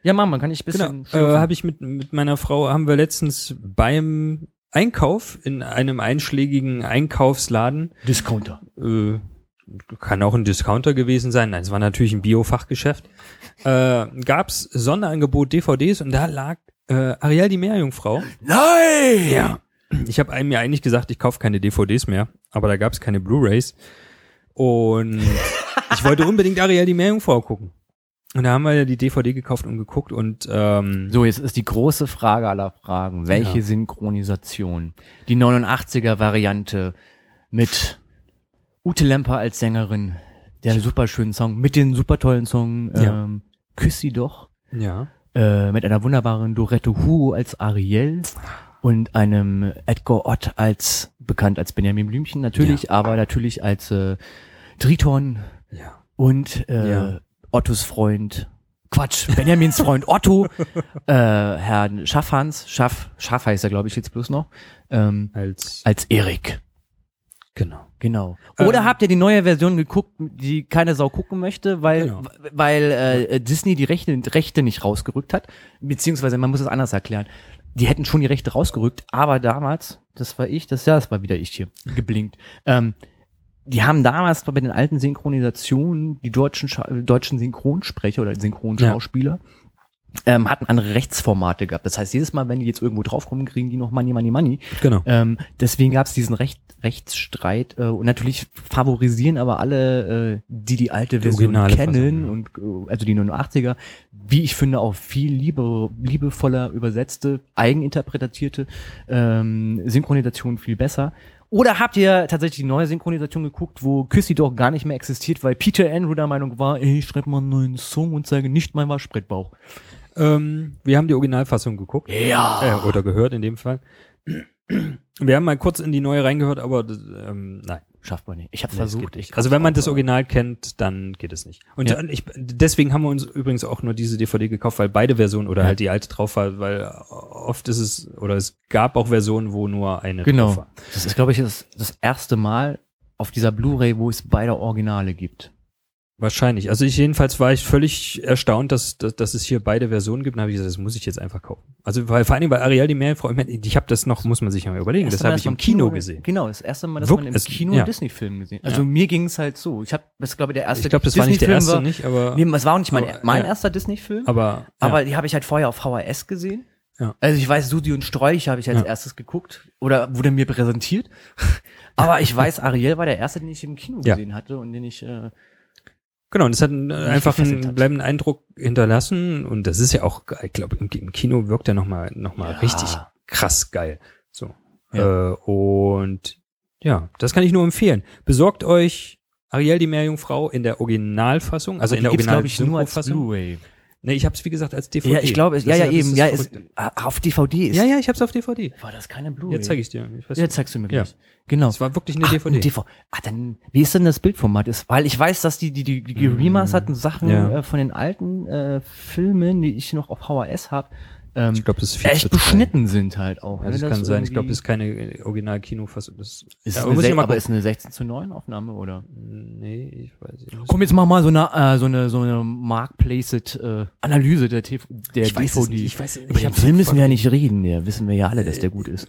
ja, Mama, kann ich ein
Genau,
bisschen
äh, habe ich mit, mit meiner Frau, haben wir letztens beim Einkauf in einem einschlägigen Einkaufsladen,
Discounter.
äh, kann auch ein Discounter gewesen sein, nein, es war natürlich ein Bio-Fachgeschäft, äh, gab's Sonderangebot DVDs und da lag äh, Ariel die Meerjungfrau.
Nein! Ja.
Ich habe mir eigentlich gesagt, ich kaufe keine DVDs mehr, aber da gab's keine Blu-Rays. Und ich wollte unbedingt Ariel die Meerjungfrau gucken. Und da haben wir ja die DVD gekauft und geguckt und ähm,
So, jetzt ist die große Frage aller Fragen. Welche
Ja.
Synchronisation? Die 89er-Variante mit Ute Lemper als Sängerin, der super schönen Song, mit den super tollen Song
Ja.
ähm, Küss sie doch,
ja.
äh, mit einer wunderbaren Dorette Huo als Ariel und einem Edgar Ott als, bekannt als Benjamin Blümchen natürlich, aber natürlich als äh, Triton
ja.
und äh,
Ja.
Ottos Freund, Quatsch, Benjamins Freund Otto, äh, Herrn Schaffhans, Schaff, Schaff heißt er, glaube ich, jetzt bloß noch, ähm,
Als
als Erik.
genau.
Genau.
Ähm.
Oder habt ihr die neue Version geguckt, die keine Sau gucken möchte, weil,
Genau.
w- weil äh, Disney die Rechte, Rechte nicht rausgerückt hat? Beziehungsweise, man muss es anders erklären. Die hätten schon die Rechte rausgerückt, aber damals, das war ich, das, ja, das war wieder ich hier, geblinkt. Ähm, die haben damals bei den alten Synchronisationen, die deutschen, Scha- äh, deutschen Synchronsprecher oder Synchronschauspieler, ähm, hatten andere Rechtsformate gehabt. Das heißt, jedes Mal, wenn die jetzt irgendwo draufkommen, kriegen die noch Money, Money, Money.
Genau.
Ähm, deswegen gab es diesen Recht, Rechtsstreit äh, und natürlich favorisieren aber alle, äh, die die alte Version
originale
kennen
Fassung,
und äh, also die 89er, wie ich finde auch viel liebe, liebevoller übersetzte, eigeninterpretierte ähm, Synchronisation viel besser. Oder habt ihr tatsächlich die neue Synchronisation geguckt, wo Küssi doch gar nicht mehr existiert, weil Peter Andrew der Meinung war, ey, ich schreibe mal einen neuen Song und zeige nicht meinen Waschbrettbauch.
Ähm, wir haben die Originalfassung geguckt.
Ja.
Äh, oder gehört in dem Fall. Wir haben mal kurz in die neue reingehört, aber das, ähm, nein.
Schafft man nicht. Ich habe
Nee, das geht
versucht.
nicht.
Ich
also wenn man das
Original
Original kennt, dann geht es nicht. Und
Ja.
dann- ich, deswegen haben wir uns übrigens auch nur diese DVD gekauft, weil beide Versionen oder halt die alte drauf war, weil oft ist es, oder es gab auch Versionen, wo nur eine drauf
Genau.
war.
Das ist, glaube ich, das, das erste Mal auf dieser Blu-ray, wo es beide Originale gibt.
Wahrscheinlich. Also ich jedenfalls war ich völlig erstaunt, dass, dass, dass es hier beide Versionen gibt. Und habe ich gesagt, das muss ich jetzt einfach kaufen. Also weil, vor allen Dingen bei Ariel die Meerjungfrau, ich, meine, ich habe das noch, muss man sich ja mal überlegen.
Erste
Das
Mal,
habe
dass
ich im
man
Kino, gesehen.
Genau, das erste Mal, dass
Wirk-
man im
es-
Kino
ja.
einen Disney-Film gesehen Also
Ja.
mir ging es halt so. Ich habe, das ist, glaube ich, der erste
Ich glaube, das war nicht der erste,
Disney-Film
nicht, aber,
war- Nee, es war auch nicht mein,
Aber,
mein
ja.
erster Disney-Film, aber,
aber,
die habe ich halt vorher auf VHS gesehen.
Ja.
Also ich weiß, Sudi und Strolch habe ich als
Ja.
erstes geguckt oder wurde mir präsentiert. aber ich weiß, Ariel war der erste, den ich im Kino
Ja. Also
gesehen hatte und den ich äh,
Genau, und es hat einen, äh, einfach
gefesselt
einen
hat.
bleibenden Eindruck hinterlassen und das ist ja auch, ich glaube, im, im Kino wirkt er nochmal noch mal
Ja.
richtig krass geil. So.
Ja.
Äh, und ja, das kann ich nur empfehlen. Besorgt euch Ariel die Meerjungfrau in der Originalfassung, also in der
gibt's, glaub
original
ich nur als
Synchrofassung.
Blu-ray.
Nee, ich habe es wie gesagt als DVD.
Ja, ich glaube, es-
Das
ja,
ist
ja,
das
eben,
ist
ja,
verrückt.
ist, ah, auf DVD ist.
ja, ja, ich habe es auf DVD.
War das keine Blu-ray?
Jetzt zeige ich dir. Ich weiß
Ja,
nicht.
zeigst du mir
Ja.
gleich. Genau.
es war wirklich eine
Ach,
DVD.
eine DV ah, dann, wie ist denn das Bildformat? Ist, weil ich weiß, dass die, die, die, die remasterten Sachen
Ja.
äh, von den alten äh, Filmen, die ich noch auf VHS habe, ähm,
ich glaube, das ist viel zu
echt
teuer.
beschnitten sind halt auch.
Ja,
ne?
das kann sein. Ich glaube,
irgendwie-
das ist keine Original-Kinofassung. Das
ist
ja, aber
eine,
muss ich
sech-
noch mal
aber
gucken.
ist eine 16 zu 9 Aufnahme, oder?
Nee, ich weiß nicht.
Komm, jetzt mach mal so eine, äh, so eine, so eine Markplaced äh, Analyse der, TV, der
Ich weiß es
DVD.
nicht, ich weiß es nicht.
Über den
Ich hab's
Film müssen wir ja nicht reden, ja. Wissen wir ja alle, dass der gut ist.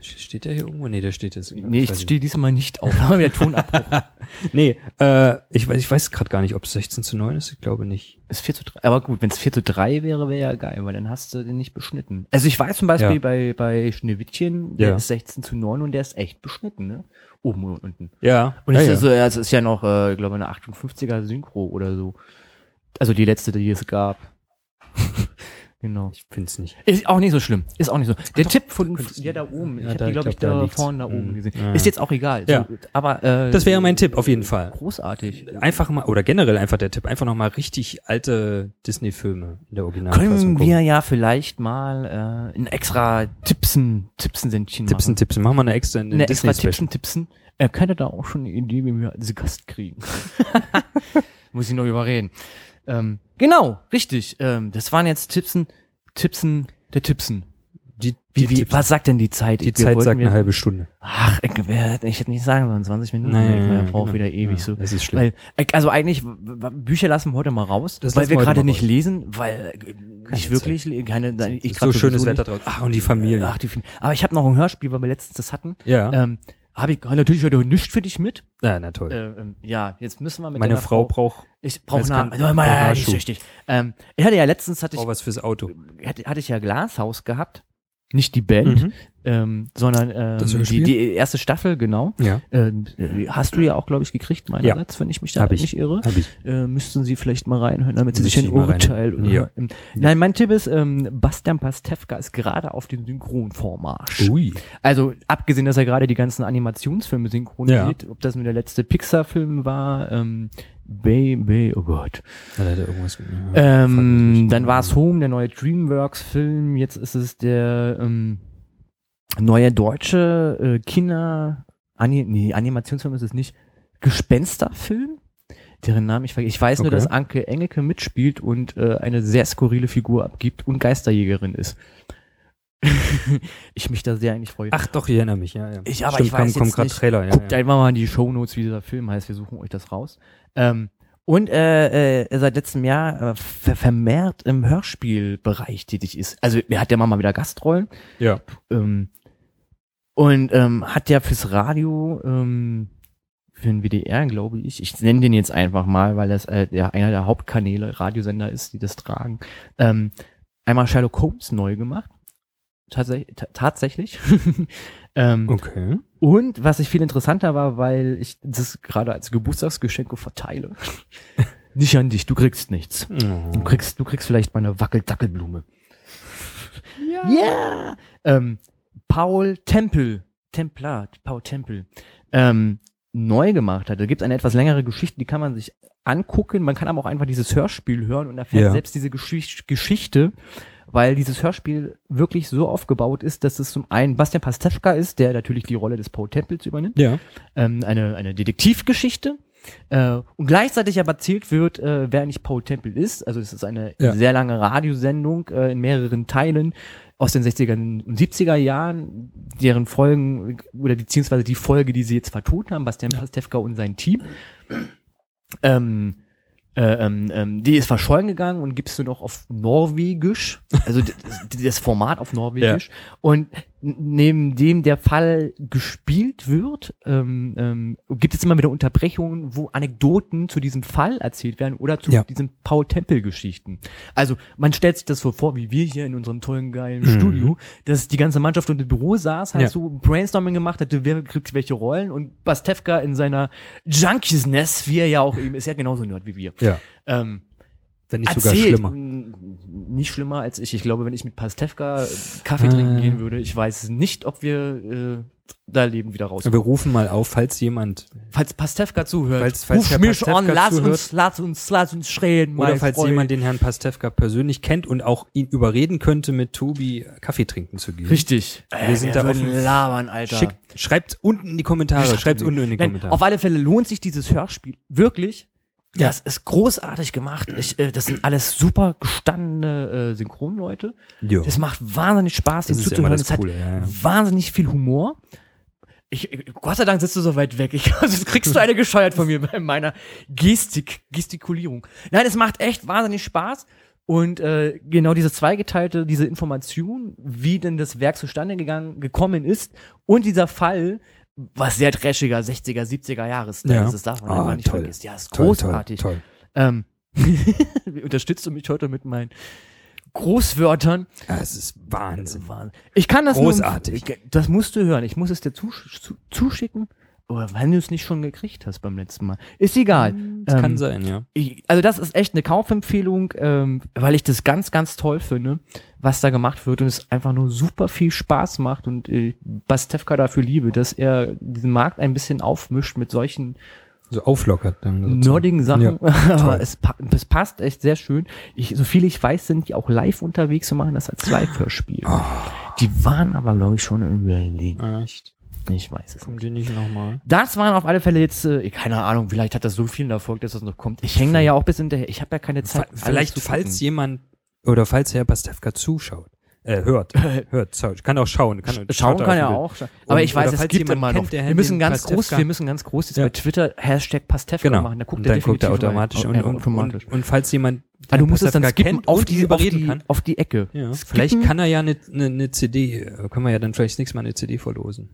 Steht der hier irgendwo? Nee, der steht jetzt.
Nee, ich
weiß
stehe diesmal nicht auf. Da haben wir Tonabbruch.
nicht. Nee, äh, ich weiß, ich weiß gerade gar nicht, ob es 16 zu 9 ist. Ich glaube nicht.
Ist 4 zu 3. Aber gut, wenn es 4 zu 3 wäre, wäre ja geil, weil dann hast du den nicht beschnitten. Also ich weiß zum Beispiel
Ja.
bei, bei Schneewittchen, der
Ja.
ist 16 zu 9 und der ist echt beschnitten, ne? Oben und unten.
Ja.
Und
ja,
es
ja.
ist, äh, es ist ja noch, äh, ich glaube, eine 58er Synchro oder so. Also die letzte, die es gab. genau.
ich finde es nicht.
Ist auch nicht so schlimm. Ist auch nicht so. Der
doch,
Tipp von
könntest du-
der da oben,
Ja,
ich habe
da-
die,
ich
glaube ich,
glaub, da
da,
liegt's.
vorne da oben
Mhm.
gesehen.
Ja, ja.
Ist jetzt auch egal.
Ja.
So, aber äh,
Das wäre mein Tipp auf jeden Fall.
großartig.
Einfach mal, oder generell einfach der Tipp, einfach nochmal richtig alte Disney-Filme in der Originalfassung
Können
gucken.
wir ja vielleicht mal äh, ein extra Tippsen, Tippsen-Sendchen
Tipsen,
machen.
Tipsen, machen wir eine extra in
Eine extra
Disney-Special.
Tippsen, Tippsen. Er könnte da auch schon eine Idee, wie wir diese Gast kriegen. Muss ich noch überreden. Ähm, genau, richtig. Ähm, das waren jetzt Tippsen, Tippsen, der Tippsen.
Die,
Wie,
die,
wie,
die,
was sagt denn die Zeit?
die
Wir
Zeit
wollten
sagt halt-
wir-
eine halbe Stunde.
Ach, ich, wär- ich hätte nicht sagen sollen, 20 Minuten. ich brauche
genau.
wieder ewig
Ja,
so.
Das ist schlimm.
Weil, äh, also eigentlich, w- w- Bücher lassen wir heute mal raus,
Das
weil
lassen
wir
wir heute
gerade
mal
nicht
raus.
lesen, weil äh, nicht
Zeit.
wirklich, le- keine, nein, ich
Ist
grad
so schönes
sowieso
Wetter
nicht.
draußen. Ach, und die Familie.
Ach, die, fin- aber ich habe noch ein Hörspiel, weil wir letztens das hatten.
ja.
Ähm, habe ich natürlich heute nichts für dich mit.
ja, na toll.
Äh, ähm, ja, jetzt müssen wir mit
Meine
deiner
Frau braucht
Ich brauche
Jetzt
eine.
kann-
Also, mal,
braucht
ja, nicht
Haarschuh.
richtig. Ähm, ich hatte ja letztens hatte
braucht
ich,
was fürs Auto.
hatte, hatte ich ja Glashaus gehabt, nicht die Band,
Mhm.
ähm, sondern
Das
ähm, die,
Hörspiel?
die erste Staffel genau.
Ja,
Ähm, äh, hast du ja auch, glaube ich, gekriegt, meinerseits, wenn ich mich da
Hab ich.
nicht irre.
hab ich.
Äh, müssten Sie vielleicht mal reinhören, damit Sie sich
Müsste
ein
ich mal
Urteil.
reinhören. Ja.
ähm, Nein, mein Tipp ist, ähm, Bastian Pastewka ist gerade auf dem Synchronvormarsch.
Ui.
Also abgesehen, dass er gerade die ganzen Animationsfilme synchronisiert, ob das nun der letzte Pixar-Film war, ähm, Bay, Bay, oh Gott.
Hat er da irgendwas ja, frag mich
Ähm,
nicht.
dann war es Home, der neue DreamWorks-Film. Jetzt ist es der ähm, neue deutsche äh, Kinder... Ani nee, Animationsfilm ist es nicht. Gespensterfilm? Deren Namen ich vergesse. Ich weiß nur,
Okay.
dass Anke Engelke mitspielt und äh, eine sehr skurrile Figur abgibt und Geisterjägerin ist. ich mich da sehr eigentlich freue.
Ach doch, ich erinnere mich, ja, ja.
Ich- aber
Stimmt,
ich weiß
kam,
jetzt
kommt gerade
nicht.
Trailer, ja.
Guckt
ja.
einfach mal in die Shownotes, wie dieser Film heißt. Wir suchen euch das raus. Ähm, und äh, äh, seit letztem Jahr äh, ver vermehrt im Hörspielbereich tätig ist. Also er hat ja immer mal wieder Gastrollen.
ja.
Ähm, und ähm, hat ja fürs Radio, ähm, für den WDR, glaube ich, ich nenne den jetzt einfach mal, weil das äh, der, einer der Hauptkanäle, Radiosender ist, die das tragen, ähm, einmal Sherlock Holmes neu gemacht. Tatsächlich. ta- tatsächlich. ähm,
Okay.
und was ich viel interessanter war, weil ich das gerade als Geburtstagsgeschenke verteile. Nicht an dich, du kriegst nichts. Du kriegst, du kriegst vielleicht mal eine Wackeldackelblume. Ja. Yeah. Ähm, Paul Tempel, Templar, Paul Tempel, ähm, neu gemacht hat. Da gibt es eine etwas längere Geschichte, die kann man sich angucken. Man kann aber auch einfach dieses Hörspiel hören und erfährt
Ja.
selbst diese Geschicht Geschichte, weil dieses Hörspiel wirklich so aufgebaut ist, dass es zum einen Bastian Pastewka ist, der natürlich die Rolle des Paul Tempels übernimmt
Ja.
ähm, eine, eine Detektivgeschichte. Äh, und gleichzeitig aber erzählt wird, äh, wer eigentlich Paul Temple ist. Also es ist eine
Ja.
sehr lange Radiosendung äh, in mehreren Teilen aus den 60er und 70er Jahren, deren Folgen oder beziehungsweise die Folge, die sie jetzt vertont haben, Bastian Pastewka und sein Team. Ähm, äh, ähm, ähm, die ist verschollen gegangen und gibst du noch auf Norwegisch, also d- d- das Format auf Norwegisch. Und n- neben dem der Fall gespielt wird, ähm, ähm, gibt es immer wieder Unterbrechungen, wo Anekdoten zu diesem Fall erzählt werden oder zu
Ja.
diesen Paul-Tempel-Geschichten. Also man stellt sich das so vor, wie wir hier in unserem tollen, geilen Studio, dass die ganze Mannschaft unter dem Büro saß, halt
Mhm. Ja.
so Brainstorming gemacht hatte, wer kriegt welche Rollen und Bastevka in seiner Junkiesness, wie er ja auch eben ist, ja genauso ein Nerd wie wir.
Ja.
Ähm,
Wenn nicht sogar
erzählt.
schlimmer.
Mm, Nicht schlimmer als ich. Ich glaube, wenn ich mit Pastewka äh, Kaffee trinken
Äh.
gehen würde, ich weiß nicht, ob wir äh, da leben wieder raus.
Wir rufen mal auf, falls jemand
Falls Pastewka zuhört,
Falls- falls
ruf
Herr
mich
Pastewka
an, lass
zuhört.
uns, lass uns, lass uns schreien,
oder
mein
falls
Freund.
jemand den Herrn Pastewka persönlich kennt und auch ihn überreden könnte, mit Tobi Kaffee trinken zu gehen.
Richtig. Äh,
Wir sind da
würden
offen.
Labern, Alter.
Schickt, schreibt unten in die Kommentare. Schreibt unten in die
Nein,
Kommentare.
Auf alle Fälle lohnt sich dieses Hörspiel wirklich.
Ja.
Das ist großartig gemacht. Ich, äh, das sind alles super gestandene äh, Synchronleute.
Jo.
Das macht wahnsinnig Spaß,
Das
dem
ist ja immer
zuzuhören.
das
Es hat
Coole, ja, ja.
wahnsinnig viel Humor. Ich, ich- Gott sei Dank sitzt du so weit weg. Ich, sonst kriegst du eine gescheuert von mir bei meiner Gestik, Gestikulierung. Nein, es macht echt wahnsinnig Spaß. Und äh, genau diese zweigeteilte, diese Information, wie denn das Werk zustande gegangen, gekommen ist und dieser Fall, was sehr trashiger 60er, 70er Jahres
Ja.
ist, ne? das darf man
Ah,
einfach nicht
toll.
vergessen. Ja, ist
Toll,
großartig.
Toll, toll.
Ähm, wie unterstützt du mich heute mit meinen Großwörtern?
Ja, es ist Wahnsinn.
Wahnsinn. Ich kann das nur-
Großartig.
das musst du hören. Ich muss es dir zusch- zu, zuschicken. Oder wenn du es nicht schon gekriegt hast beim letzten Mal. Ist egal.
Das
Ähm,
kann sein, ja.
ich, also das ist echt eine Kaufempfehlung, ähm, weil ich das ganz, ganz toll finde, was da gemacht wird und es einfach nur super viel Spaß macht und äh, Bastevka dafür liebe, dass er diesen Markt ein bisschen aufmischt mit solchen
So auflockert. Dann sozusagen.
nerdigen Sachen.
Ja.
Aber
Toll.
es, pa es passt echt sehr schön. Ich, so viel ich weiß, sind die auch live unterwegs und machen das als Live-Hörspiel.
Ah.
Die waren aber, glaube ich, schon in Berlin.
Echt?
Ich weiß es nicht.
Kommen die nicht nochmal?
Das waren auf alle Fälle jetzt, äh, keine Ahnung, vielleicht hat das so vielen Erfolg, dass das noch kommt. Ich hänge da ja auch bis hinterher. Ich habe ja keine Zeit. alles
Vielleicht,
zu gucken.
falls jemand oder falls Herr Pastewka zuschaut. Äh, hört. hört. sorry. Kann auch schauen. Kann,
Schauen
schaut
kann ja
auf-
auch. Aber ich weiß,
oder
es
falls
gibt
jemand
immer
kennt,
noch.
der
Wir
Herrn
müssen
den
ganz groß,
Pastewka-
wir müssen ganz groß jetzt
Ja.
bei Twitter Hashtag Pastewka
Genau.
machen. Da guckt
und
er
dann guckt er
definitiv rein.
automatisch.
Au-
Und,
äh,
und,
automatisch.
Und, und falls jemand
Ah, du musst es dann
Pastewka
skippen
kennt
auf
und
die, auf
überreden
die,
kann.
auf die Ecke.
Ja.
Skippen.
Vielleicht kann er ja eine eine- eine CD, äh, können wir ja dann vielleicht das nächste Mal eine CD verlosen.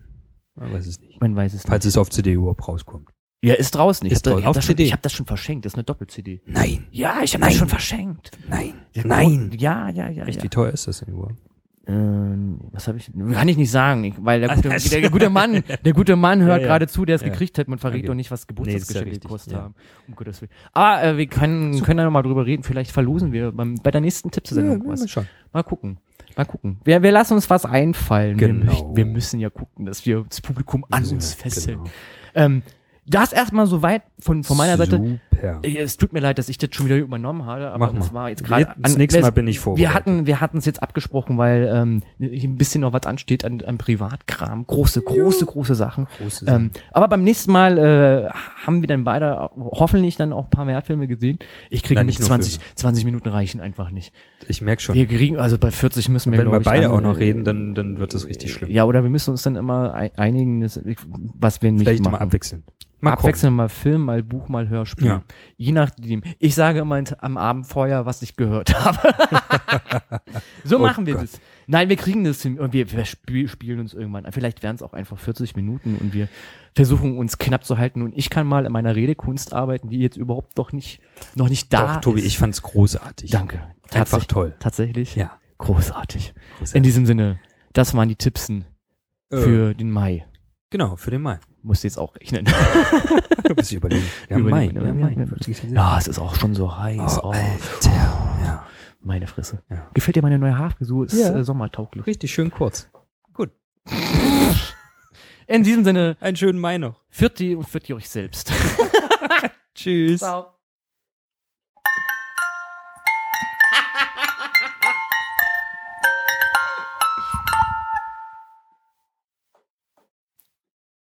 Man weiß es nicht.
Man weiß es
Falls es auf CD überhaupt rauskommt.
nicht. Ja, ist draußen. Ich
Ist
habe
draußen.
hab
Auf
das, schon-
CD.
ich hab das schon verschenkt. Das ist eine Doppel-CD.
Nein,
Ja, ich habe
Nein.
das schon verschenkt.
nein,
Ja,
nein.
Ja, ja, ja.
Echt,
ja.
wie teuer ist das denn überhaupt?
Ähm, was habe ich? Kann ich nicht sagen, ich- weil der gute,
Also-
der, gute Mann, der gute Mann hört
Ja, ja.
gerade zu, der es
Ja.
gekriegt hat. Man verrät
Okay.
doch nicht, was
Nee,
Geburtstagsgeschenke
ist ja
gekostet
richtig, ja.
haben. Um Gottes Willen. Aber äh, wir können können da nochmal drüber reden. Vielleicht verlosen wir beim, bei der nächsten Tippsendung was.
schon.
Mal gucken. Mal gucken. Wir, wir lassen uns was einfallen. Wir,
Genau.
möchten- wir müssen ja gucken, dass wir das Publikum an uns
Ja,
fesseln.
genau.
Ähm, das erstmal soweit von, von meiner Seite.
Super.
Äh, Es tut mir leid, dass ich das schon wieder übernommen habe, aber
Mach mal.
es war jetzt gerade.
Jetzt- das nächste Mal bin ich vorbereitet.
Wir hatten, wir hatten es jetzt abgesprochen, weil ähm, hier ein bisschen noch was ansteht an, an Privatkram. Große, große, große Sachen.
Große Sachen.
ähm, aber beim nächsten Mal äh, haben wir dann beide hoffentlich dann auch ein paar mehr Filme gesehen. Ich kriege
Nein,
nicht
nicht nur
20, 20 Minuten reichen einfach nicht.
Ich merke schon.
Wir kriegen, also bei 40 müssen wir
Wenn wir
glaub ich,
beide
an- äh,
auch noch reden, dann, dann wird das richtig schlimm.
Ja, oder wir müssen uns dann immer ei- einigen, dass- was wir nicht
Vielleicht
machen.
mal abwechseln. Mal gucken.
Abwechselnd mal Film, mal Buch, mal Hörspiel.
Ja.
Je nachdem. Ich sage immer ins- am Abend vorher, was ich gehört habe. so machen wir
Oh Gott.
das. Nein, wir kriegen das hin und wir, wir spiel, spielen uns irgendwann. an. Vielleicht wären es auch einfach 40 Minuten und wir versuchen uns knapp zu halten. Und ich kann mal in meiner Redekunst arbeiten, die jetzt überhaupt noch nicht, noch nicht da
Doch, Tobi,
ist.
ich fand's großartig.
Danke.
Einfach
Tatsächlich-
toll.
Tatsächlich?
Ja.
Großartig.
Großartig.
In diesem Sinne, das waren die Tippsen
äh,
für den Mai.
genau, für den Mai.
Musst jetzt auch rechnen.
Du musst überlegen. Ja, Mai.
Überlegen,
Ja,
ja,
Mai.
ja, Ja, es ist auch schon so heiß.
Oh,
Oh,
Alter. Ja.
meine Fresse.
Ja.
Gefällt dir meine neue Haarfrisur? Ist
Ja.
äh, sommertauglich.
Richtig schön kurz.
In diesem Sinne,
Einen schönen Mai noch.
führt die und führt die euch selbst.
Tschüss.
Ciao.